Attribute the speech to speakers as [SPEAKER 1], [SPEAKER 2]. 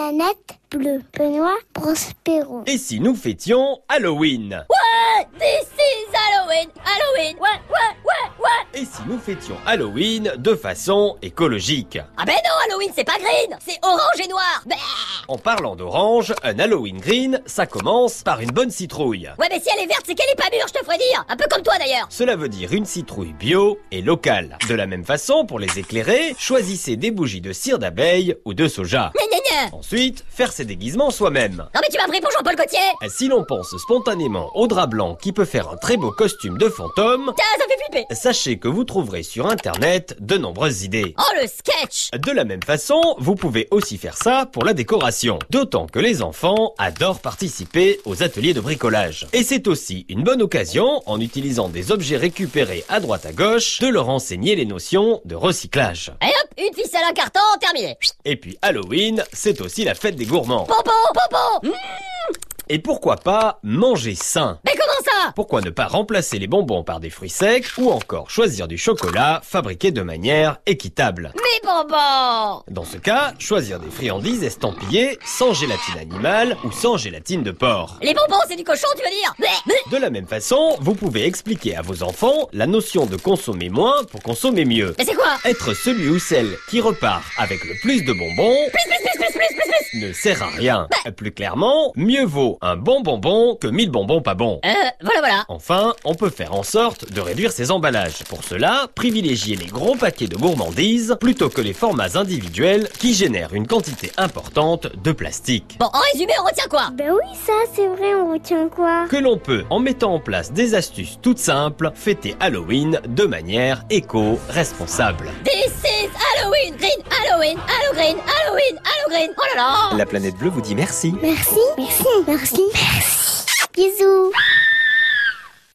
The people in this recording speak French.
[SPEAKER 1] Planète bleue. Benoît Prospero.
[SPEAKER 2] Et si nous fêtions Halloween
[SPEAKER 3] What This is Halloween Halloween What What What What
[SPEAKER 2] Et si nous fêtions Halloween de façon écologique
[SPEAKER 3] Ah ben non, Halloween c'est pas green C'est orange et noir Bah
[SPEAKER 2] En parlant d'orange, un Halloween green, ça commence par une bonne citrouille.
[SPEAKER 3] Ouais mais si elle est verte, c'est qu'elle est pas mûre, je te ferais dire Un peu comme toi d'ailleurs
[SPEAKER 2] Cela veut dire une citrouille bio et locale. De la même façon, pour les éclairer, choisissez des bougies de cire d'abeille ou de soja.
[SPEAKER 3] Gna gna gna.
[SPEAKER 2] Ensuite, faire ses déguisements soi-même.
[SPEAKER 3] Non mais tu m'as pris pour Jean-Paul Gaultier
[SPEAKER 2] Si l'on pense spontanément au drap blanc qui peut faire un très beau costume de fantôme,
[SPEAKER 3] Tiens, ça fait flipper
[SPEAKER 2] sachez que vous trouverez sur internet de nombreuses idées.
[SPEAKER 3] Oh le sketch
[SPEAKER 2] De la même façon, vous pouvez aussi faire ça pour la décoration, d'autant que les enfants adorent participer aux ateliers de bricolage. Et c'est aussi une bonne occasion, en utilisant des objets récupérés à droite à gauche, de leur enseigner les notions de recyclage.
[SPEAKER 3] Et hop, une ficelle, un carton, terminé Chut.
[SPEAKER 2] Et puis Halloween, c'est aussi la fête des gourmands.
[SPEAKER 3] Pompon, pompon Hmm,
[SPEAKER 2] Et pourquoi pas manger sain
[SPEAKER 3] Mais comment ça
[SPEAKER 2] Pourquoi ne pas remplacer les bonbons par des fruits secs ou encore choisir du chocolat fabriqué de manière équitable
[SPEAKER 3] Mais bonbon
[SPEAKER 2] Dans ce cas, choisir des friandises estampillées sans gélatine animale ou sans gélatine de porc.
[SPEAKER 3] Les bonbons c'est du cochon, tu veux dire Bleh, bleh.
[SPEAKER 2] De la même façon, vous pouvez expliquer à vos enfants la notion de consommer moins pour consommer mieux.
[SPEAKER 3] Mais c'est quoi
[SPEAKER 2] Être celui ou celle qui repart avec le plus de bonbons
[SPEAKER 3] Plus, plus, plus, plus, plus, plus, plus
[SPEAKER 2] ne sert à rien. Plus clairement, mieux vaut un bon bonbon que mille bonbons pas bons.
[SPEAKER 3] Euh, voilà, voilà
[SPEAKER 2] Enfin, on peut faire en sorte de réduire ses emballages. Pour cela, privilégiez les gros paquets de gourmandises plutôt que les formats individuels qui génèrent une quantité importante de plastique.
[SPEAKER 3] Bon, en résumé, on retient quoi
[SPEAKER 1] Ben oui, ça, c'est vrai, on retient quoi
[SPEAKER 2] Que l'on peut, en mettant en place des astuces toutes simples, fêter Halloween de manière éco-responsable.
[SPEAKER 3] This is Halloween Green, Halloween, Halloween, Green, Halloween, Halloween Green Oh là là
[SPEAKER 2] La planète bleue vous dit merci.
[SPEAKER 1] Merci. Merci. Merci. Merci. Bisous.